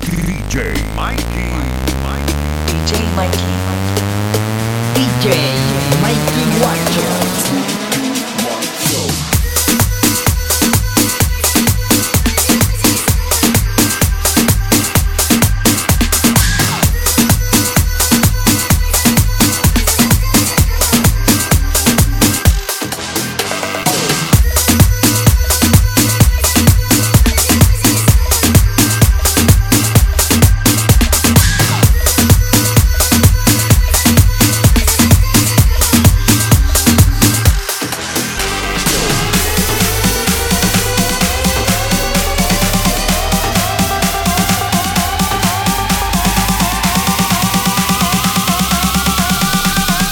DJ Mikey. DJ Mikey. DJ Mikey Watcher.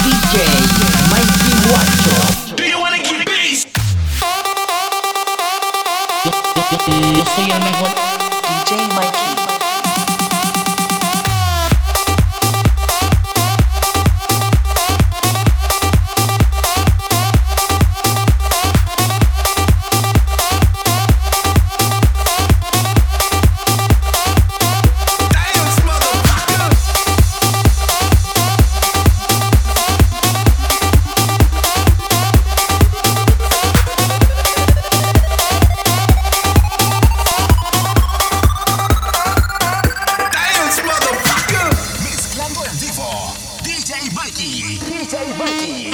DJ Mikey Watcher. Do you wanna get bass? Yo soy el mejor. DJ Mikey. Dance, motherfucker! Dance, motherfucker! Mezclando en vivo, DJ Mikey.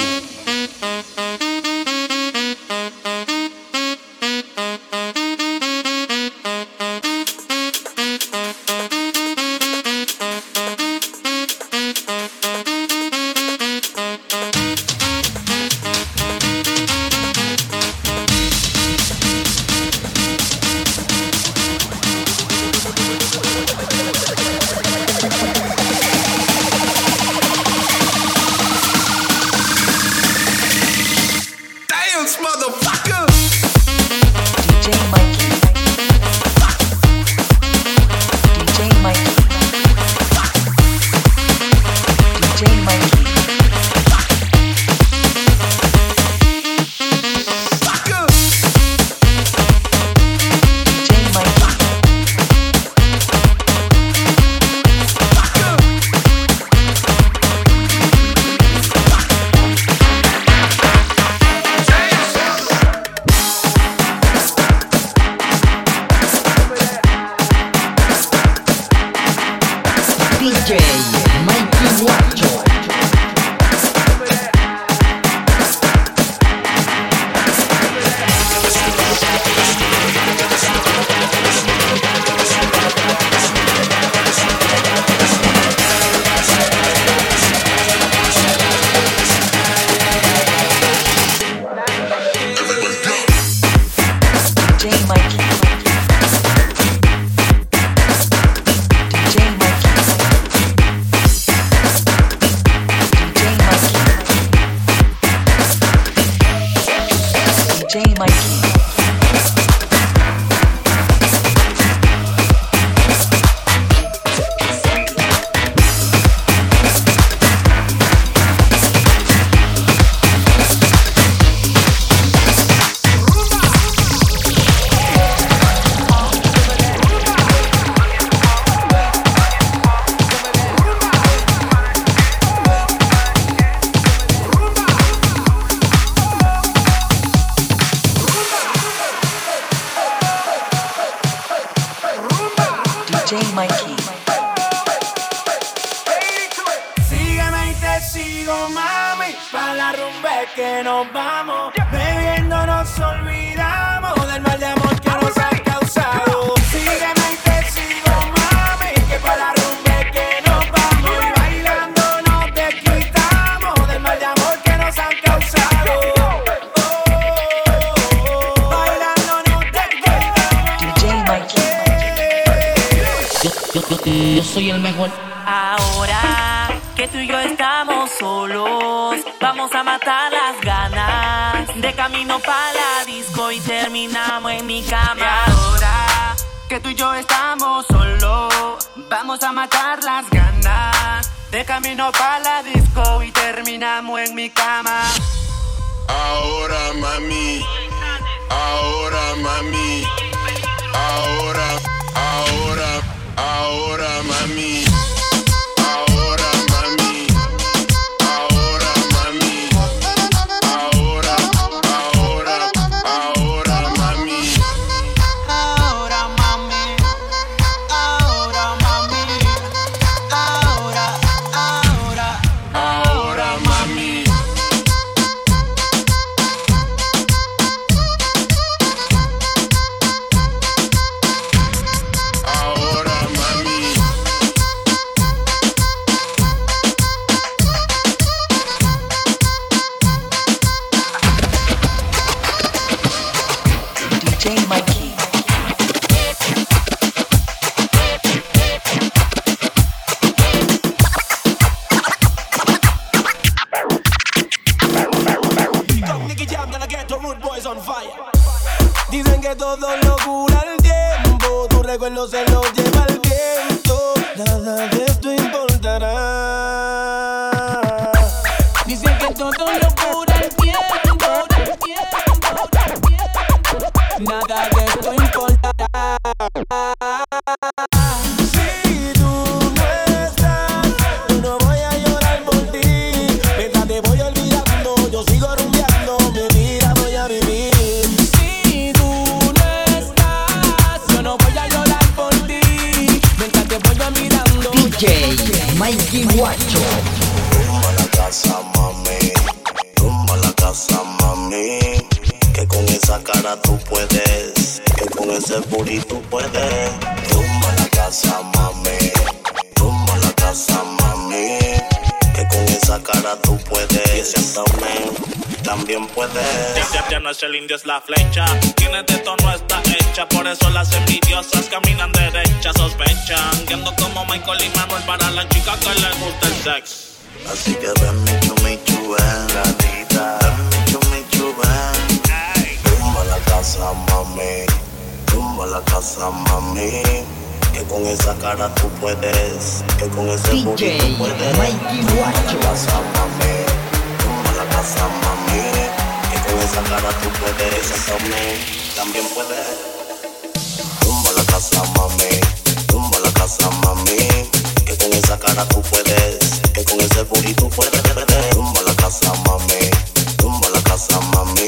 Dance, motherfucker! DJ Mikey. DJ Mikey. DJ Mikey. Fucker! DJ Mikey. Fucker! DJ Mikey Watcher. DJ Mikey. DJ Mikey. DJ Mikey. DJ Mikey. DJ Mikey. Sígueme y te sigo, mami, pa' la rumba es que nos vamos. Bebiendo nos olvidamos del mal de amor que nos has causado. Sígueme y te sigo, mami, que pa' la rumba es que nos vamos. Y bailando nos desquitamos del mal de amor que nos han causado. Oh, oh, oh. Bailando nos desquitamos. DJ Mikey. Yo, yo- yo- yo soy el mejor. Ahora que tú y yo estamos solos, vamos a matar las ganas. De camino para la disco y terminamos en mi cama. ahora que tú y yo estamos solos, vamos a matar las ganas. De camino para la disco y terminamos en mi cama. Ahora mami, ahora mami, ahora, ahora, ahora mami. mami. Ahora mami. Ahora mami. Ahora, ahora, ahora mami. Ahora mami, ahora mami, ahora, ahora, Ahora mami. Ahora mami. DJ Mikey, Con Nicky Jam de la Ghetto Rude Boys on fire. Dicen que todo lo cura el tiempo, tu recuerdo se lo lleva el viento. Nada de esto importará. Dicen que todo lo cura el tiempo, el tiempo, el tiempo. Nada de esto importará. Si tú no estás, yo no voy a llorar por ti. Mientras te voy olvidando, yo sigo rumbeando, mi vida voy a vivir. Si tú no estás, yo no voy a llorar por ti. Mientras te vuelva mirando. DJ Mikey Guacho. Rumba a la casa, mami. Rumba a la casa, mami. Que con esa cara tú puedes. Que con ese booty tú puedes. Rumba a la casa, mami. Rumba a la casa, mami. Que con esa cara tú puedes. Y ese abdomen también puedes. Ya, ya no es el indio, es la flecha. Tiene de todo, no está hecha. Por eso las envidiosas caminan derecha, sospechan. Que ando como Michael y Manuel para la chica que le gusta el sexo. Así que ven mi chumi chuben, ratita. Ven mi chumi chuben. Rumba a la casa, mami. Rumba a la casa, mami. Que con esa cara tú puedes. Que con ese booty DJ tú puedes. Mikey Guacho. Rumba a la casa, mami. Rumba a la casa, mami. Que con esa cara tú puedes. Ese abdomen también puedes. Rumba a la casa, mami. Rumba a la casa, mami. Que con esa cara tú puedes. Que con ese booty tú puedes. Rumba a la casa, mami. Rumba a la casa, mami.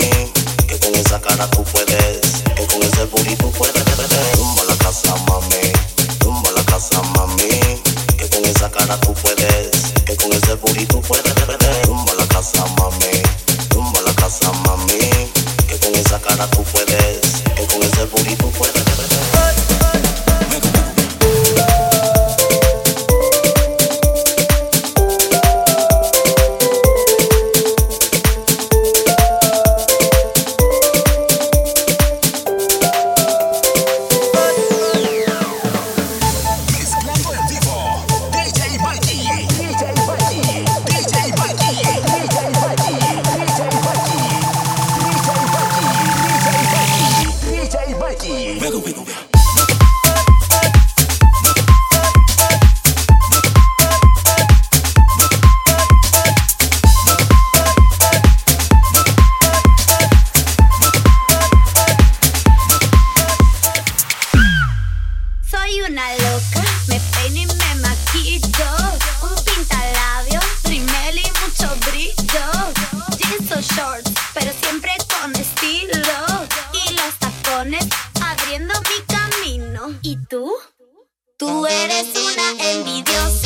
Que con esa cara tú puedes. Que con ese booty tú puedes. Rumba a la casa, mami. Rumba a la casa, mami. Que con esa cara tú puedes. Que con ese booty tú puedes. Rumba a la casa, mami. Rumba a la casa, mami. Que con esa cara tú puedes. Que con ese booty tú puedes. Mezclando en vivo, DJ Mikey. DJ Mikey. DJ Mikey. DJ Mikey. DJ Mikey. DJ Mikey. DJ Mikey. Soy una loca, me peino y me maquillo. Un pintalabios, rimel y mucho brillo. Jeans o shorts, pero siempre con estilo. Y los tacones abriendo mi camino. ¿Y tú? Tú eres una envidiosa.